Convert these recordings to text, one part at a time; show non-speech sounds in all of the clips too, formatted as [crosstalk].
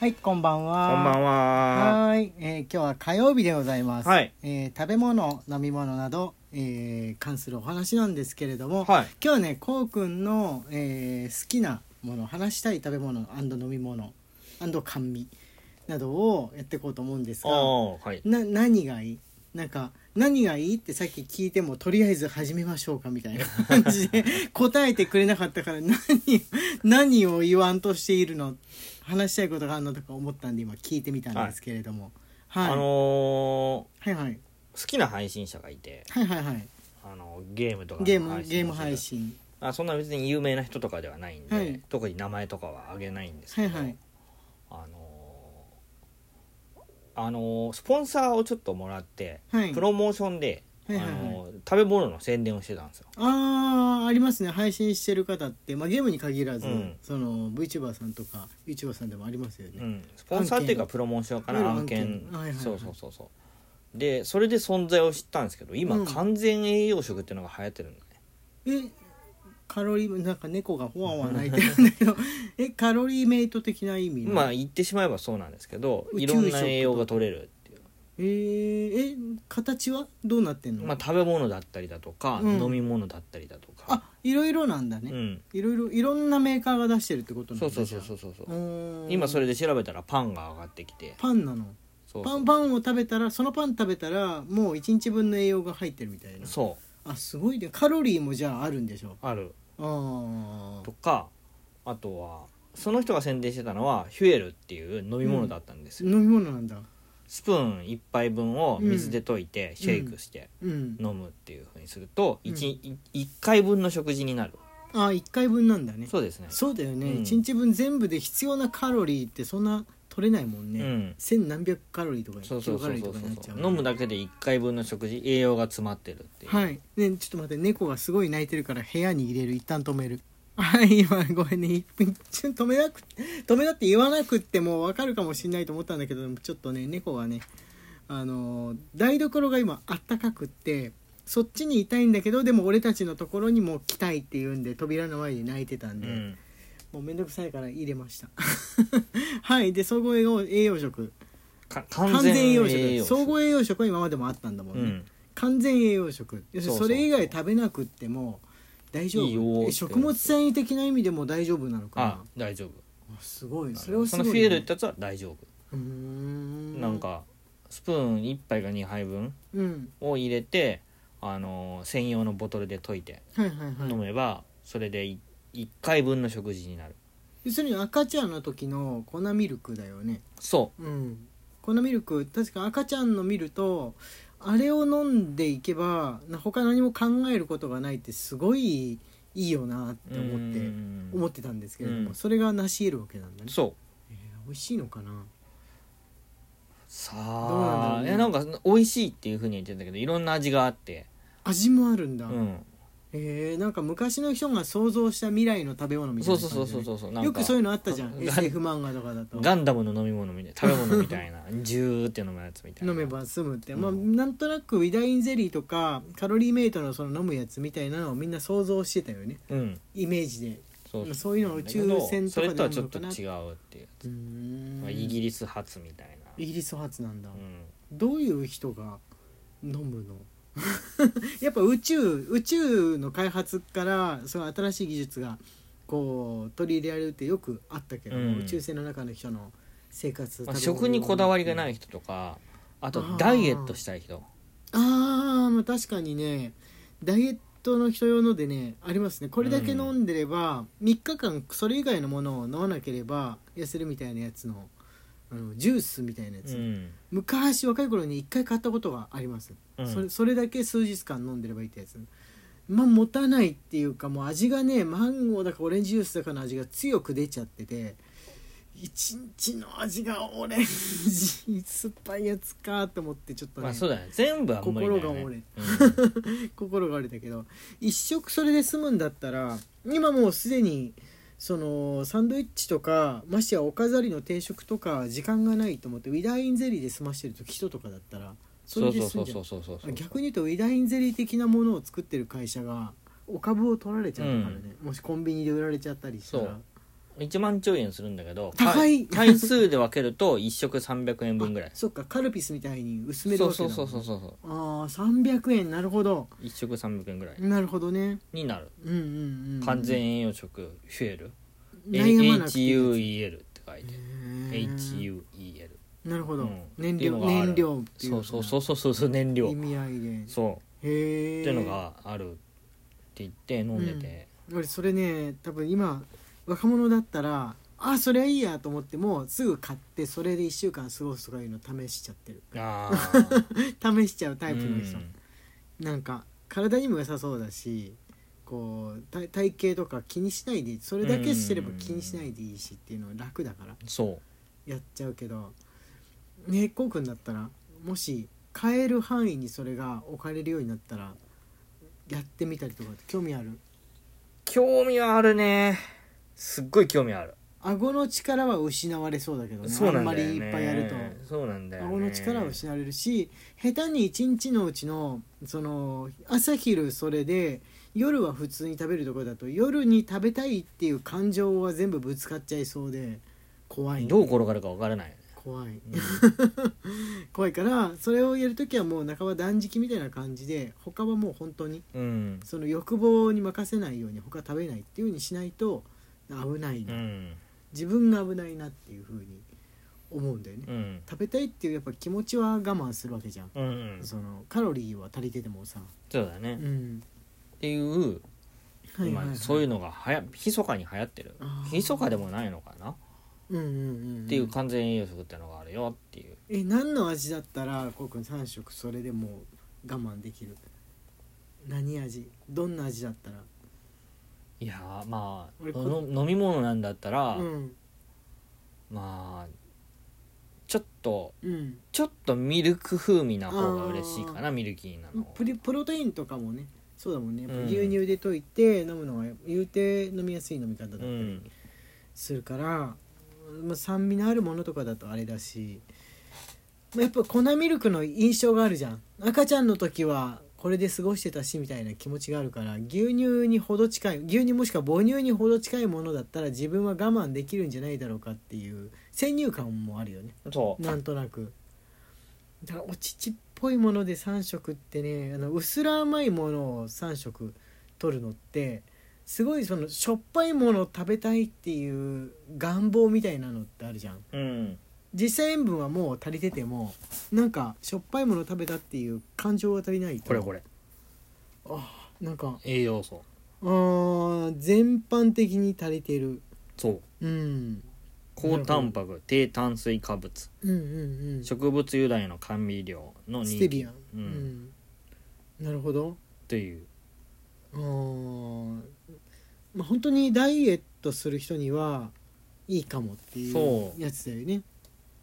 はい、こんばんは。こんばんは。はーい、えー今日は火曜日でございます。はいえー食べ物、飲み物など、えー関するお話なんですけれども、はい今日はね、こうくんの、えー好きなもの、話したい食べ物飲み物甘味などをやっていこうと思うんですあが、あ、はい。な何がいいなんか何がいいってさっき聞いてもとりあえず始めましょうかみた [laughs] いな感じで答えてくれなかったから何何を言わんとしているの話したいことがあるのとか思ったんで今聞いてみたんですけれども、はいあのーはいはい好きな配信者がいて、はいはいはいあのゲームとかのゲーム配信者ゲーム配信あ。そんな別に有名な人とかではないんで、はい特に名前とかはあげないんですはけいど、はいあのーあのースポンサーをちょっともらって、はいプロモーションで、はいはいはいあのー食べ物の宣伝をしてたんですよ。あーありますね配信してる方って、まあ、ゲームに限らず、うんその VTuber さんとか YouTuber さんでもありますよね、うん、スポンサーっていうかプロモーションかなうん案件案件はいはいはいそうそうそうそうでそれで存在を知ったんですけど今、うん完全栄養食っていうのが流行ってるんだねえカロリーなんか猫がほわほわ鳴いてるんだ [laughs] けどえカロリーメイト的な意味のまあ言ってしまえばそうなんですけど宇宙いろんな食栄養が取れるっていう、えー、え形はどうなってんの、まあ、食べ物だったりだとか、うん飲み物だったりだとか、あいろいろなんだね、うん、いろいろいろんなメーカーが出してるってことなそんだうそうそうじそゃうそうあうーん今それで調べたらパンが上がってきてパンなのそうパそンうパンを食べたらそのパン食べたらもう1日分の栄養が入ってるみたいなそあすごいねカロリーもじゃああるんでしょうあるあとかあとはその人が宣伝してたのはヒュエルっていう飲み物だったんですーよ、飲み物なんだスプーン1杯分を水で溶いてシェイクしてうん飲むっていうふうにするとうん 1, 一回分の食事になるあ1回分なんだねそうですねそうだよね、うん一1日分全部で必要なカロリーってそんな取れないもんね、うん千何百カロリーとかそう1キそロうカそロうリーそとうかになっちそゃうう飲むだけで1回分の食事栄養が詰まってるっていうはいねちょっと待って猫がすごい泣いてるから部屋に入れる一旦止めるはい今ごめんね一分ちょ止めなく止めなって言わなくっても分かるかもしれないと思ったんだけどちょっとね猫がねあのー台所が今あったかくってそっちにいたいんだけどでも俺たちのところにもう来たいって言うんで扉の前で泣いてたんうで、んもうめんどくさいから入れました [laughs] はいで総合栄養栄養食か完完全全栄栄養養食食総合栄養食は今までもあったんだもんうね、ん完全栄養食要するそにそうそうそうれ以外食べなくっても大丈夫いいよえ食物繊維的な意味でも大丈夫なのかなあ大丈夫あすごいそそれはすごのいフね、ィエルってやつは大丈夫うーんなんかスプーン1杯か2杯分うんを入れてあのー専用のボトルで溶いてはいはい飲はいめばそれで1回分の食事になる要するに赤ちゃんの時の粉ミルクだよねそうん粉ミルク確か赤ちゃんの見るとあれを飲んでいけばな他何も考えることがないってすごいいいよなっうて思ってうん思ってたんですけれども、うんそれが成し得るわけなんだね、そうえー美味しいのかなさどうなんだろあういねやなんか美味しいっていうふうに言ってたけどいろんな味があって味もあるんだ、うんえーなんか昔の人が想像した未来の食べ物みたそいうなそ感うじ、ね、そうそうそうそうなんかよくそういうのあったじゃんガン SF 漫画とかだとガンダムの飲み物みたいな食べ物みた [laughs] いなジューって飲むやつみたいな飲めば済むって、うんまあ、なんとなくウィダインゼリーとかカロリーメイトのその飲むやつみたいなのをみんな想像してたよねうんイメージでそうまあそういうのは宇宙船とかそでれとは飲ちむょのっとかな違うっていう、うーんまあ、イギリス発みたいなイギリス発なんだ、うんどういう人が飲むの [laughs] やっぱ宇宙宇宙の開発からその新しい技術がこう取り入れられるってよくあったけど、うん宇宙船の中の人の生活まあ、食にこだわりがないい人とかあとあーダイエットしたい人あーまあ確かにねダイエットの人用のでねありますねこれだけ飲んでれば、3日間それ以外のものを飲まなければ痩せるみたいなやつのあのジュースみたいなやうつ、ん昔若い頃に1回買ったことがありますうんそれそれだけ数日間飲んでればいいってやつまあ持たないっていうかもう味がねマンゴーだかオレンジジュースだかの味が強く出ちゃってて一日の味がオレンジ酸っぱいやつかと思ってちょっとね、まあそうだね全部は無理だよ、ね、心が折れうん心が折れたけど一食それで済むんだったら今もうすでにそのサンドイッチとかましてやお飾りの定食とか時間がないと思ってウィダーインゼリーで済ましてる時人とかだったら [laughs] そそれうでそ済んうじゃそううそうそうそう逆に言うとウィダーインゼリー的なものを作ってる会社がお株を取られちゃったからね、もしコンビニで売られちゃったりしたらそう1万兆円するんだけど高い単単数で分けると1食300円分ぐらいそっかカルピスみたいに薄めるそわうけだそもうんそうそうそああ300円なるほどう1食300円ぐらいなるほどねになるうんうんうん完全栄養食フュエル悩まなくていいやつ HUEL って書いてへー HUEL なるほど、うん燃っていう料のがある燃料っていうそうそううそうそうそうそう燃料意味合いでそうへえっていうのがあるって言って飲んでて俺それね多分今若者だったらあそれはいいやと思ってもうすぐ買ってそれで1週間過ごすとかいうの試しちゃってる [laughs] ああ試しちゃうタイプの人、なんか体にも良さそうだしこう体体型とか気にしないでそれだけしてれば気にしないでいいしっていうのは楽だからそうやっちゃうけどねっこうくんだったらもし買える範囲にそれが置かれるようになったらやってみたりとかって興味ある興味はあるねすっごい興味ある、顎の力は失われそうだけどねそうあなんんまだよりねいっぱいやるとそうなんだよ、ね、顎の力は失われるし下手に一日のうちのその朝昼それで夜は普通に食べるところだと夜に食べたいっていう感情は全部ぶつかっちゃいそうで怖いねどう転がるか分からないよね、怖ういん [laughs] 怖いからそれをやるときはもう半ば断食みたいな感じで他はもう本当にうんその欲望に任せないように他食べないっていうふうにしないと危ないな、うん自分が危ないなっていうふうに思うんだよね、うん食べたいっていうやっぱ気持ちは我慢するわけじゃん、うんうんそのカロリーは足りててもさ、そうだうね、っんていう今そういうのがはや密かに流行ってるあー密かでもないのかな、うんうんうんんっていう完全栄養食ってのがあるよっていうえ何の味だったらこうくん3食それでもう我慢できる何味どんな味だったらいやーまあ俺この飲み物なんだったら、うんまあちょっとうんちょっとミルク風味な方が嬉しいかなミルキーなのプリプロテインとかもねそうだもんねやっうぱん牛乳で溶いて飲むのが言うて飲みやすい飲み方だったうりんするから、まあ、酸味のあるものとかだとあれだし、まあ、やっぱ粉ミルクの印象があるじゃん赤ちゃんの時はこれで過ごしてたしみたいな気持ちがあるから牛乳にほど近い牛乳もしくは母乳にほど近いものだったら自分は我慢できるんじゃないだろうかっていう先入観もあるよねそうなんとなくだからお乳っぽいもので3食ってねあの薄ら甘いものを3食取るのってすごいそのしょっぱいものを食べたいっていう願望みたいなのってあるじゃんうん実際塩分はもう足りててもなんかしょっぱいものを食べたっていう感情が足りないとこれこれなんか栄養素あー全般的に足りてる、そううん、高タンパク低炭水化物うんうんうん植物由来の甘味料のス人テ気ビア、ううんっん、なるほどていううーんまあ本当にダイエットする人にはいいかもっていうそうやつだよね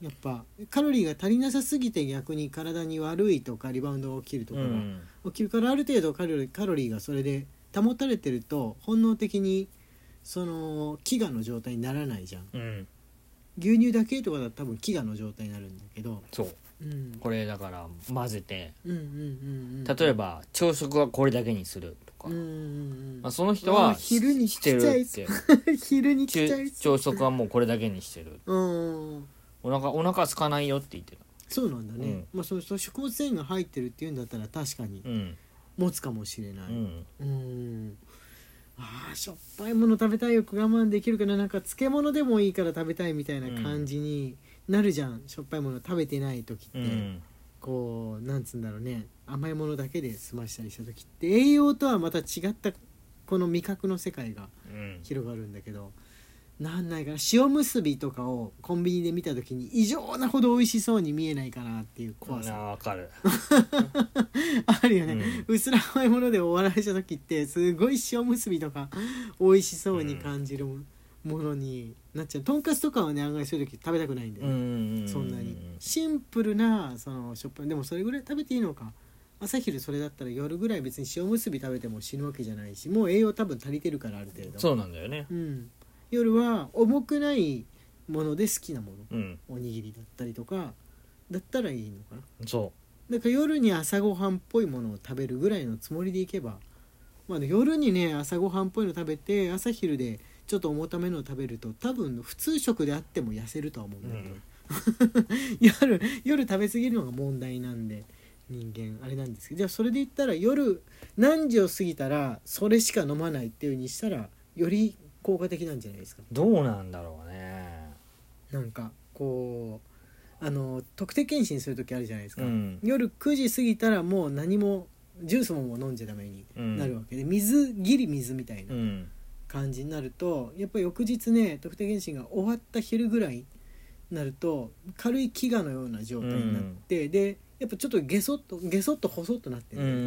やっぱカロリーが足りなさすぎて逆に体に悪いとかリバウンドが起きるとうかがん起きるからある程度カロリーカロリーがそれで保たれてると本能的にその飢餓の状態にならないじゃんうん牛乳だけとかだと多分飢餓の状態になるんだけど、そううん、これだから混ぜてうんうんうんうん例えば朝食はこれだけにするとかうんうんうんまあその人あーは昼にし来てちゃるいって [laughs] 昼に来ちゃい昼そ朝う食はもうこれだけにしてるうんお腹お腹空かないよって言ってそうなんだね、うんまあ、そのその食物繊維が入ってるっていうんだったら確かにたうん持つかもしれなうい、んうーんあーしょっぱいもの食べたいよく我慢できるけどなんか漬物でもいいから食べたいみたいな感じになるじゃん、しょっぱいもの食べてない時って、うんこうなんつうんだろうね甘いものだけで済ましたりした時って栄養とはまた違ったこの味覚の世界がうん広がるんだけどなんないから塩むすびとかをコンビニで見た時に異常なほど美味しそうに見えないかなっていう怖あさーわかるあるよね、ううすら甘いものでお笑いした時ってすごい塩むすびとか美味しそうに感じるもものになっちゃうとんかつとかはね案外そういう時食べたくないんだうよ、んそんなにシンプルなそのしょっぱいでもそれぐらい食べていいのか朝昼それだったら夜ぐらい別に塩むすび食べても死ぬわけじゃないしもう栄養多分足りてるからある程度そうなんだよねうん、夜は重くないもので好きなものうんおにぎりだったりとかだったらいいのかなそだから夜に朝ごはんっぽいものを食べるぐらいのつもりでいけば、まあ、夜にね朝ごはんっぽいの食べて朝昼でちょっと重ためのを食べると多分普通食であっても痩せるとは思うんだけど、うん夜夜食べ過ぎるのが問題なんで人間あれなんですけどじゃあそれで言ったら夜何時を過ぎたらそれしか飲まないっていう風にしたらより効果的なんじゃないですかどうなんだろうねなんかこうあの特定健診する時あるじゃないですか、うん夜9時過ぎたらもう何もジュースももう飲んじゃダメにうんなるわけで、水ギリ水みたいなうん感じになるとやっぱり翌日ね特定健診が終わった昼ぐらいになると軽い飢餓のような状態になって、でやっぱちょっとゲソっとゲソっと細っとなってうんる、うん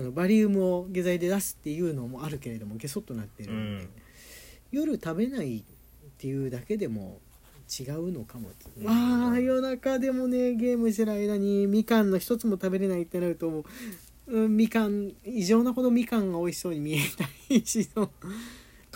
うんあのバリウムを下剤で出すっていうのもあるけれどもゲソっとなってるうんで、ん夜食べないっていうだけでも違うのかもって、うんあー夜中でもねゲームしてる間にみかんの一つも食べれないってなるともう、うん、みかん異常なほどみかんが美味しそうに見えないしその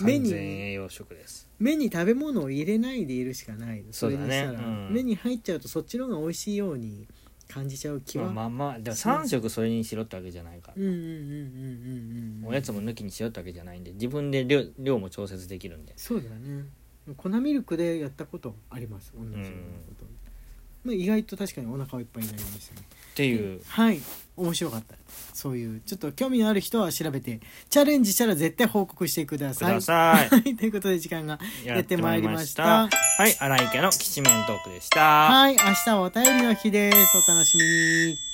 目完全に栄養食です目に食べ物を入れないでいるしかないそうだねれにしたら、うん目に入っちゃうとそっちの方が美味しいように感じちゃう気は、まあまあまあでも3食それにしろってわけじゃないからうんうんうんうんうんうんおやつも抜きにしようってわけじゃないんで自分で量量も調節できるんでそうだね粉ミルクでやったことあります同じようなこと、まあ、意外と確かにお腹はいっぱいになりましたねっていうはい面白かったそういうちょっと興味のある人は調べてチャレンジしたら絶対報告してくだくさいださはいということで時間が [laughs] いやってまいりましたやってまいりましたはい荒井家のきしめんトークでしたはい明日はお便りの日ですお楽しみに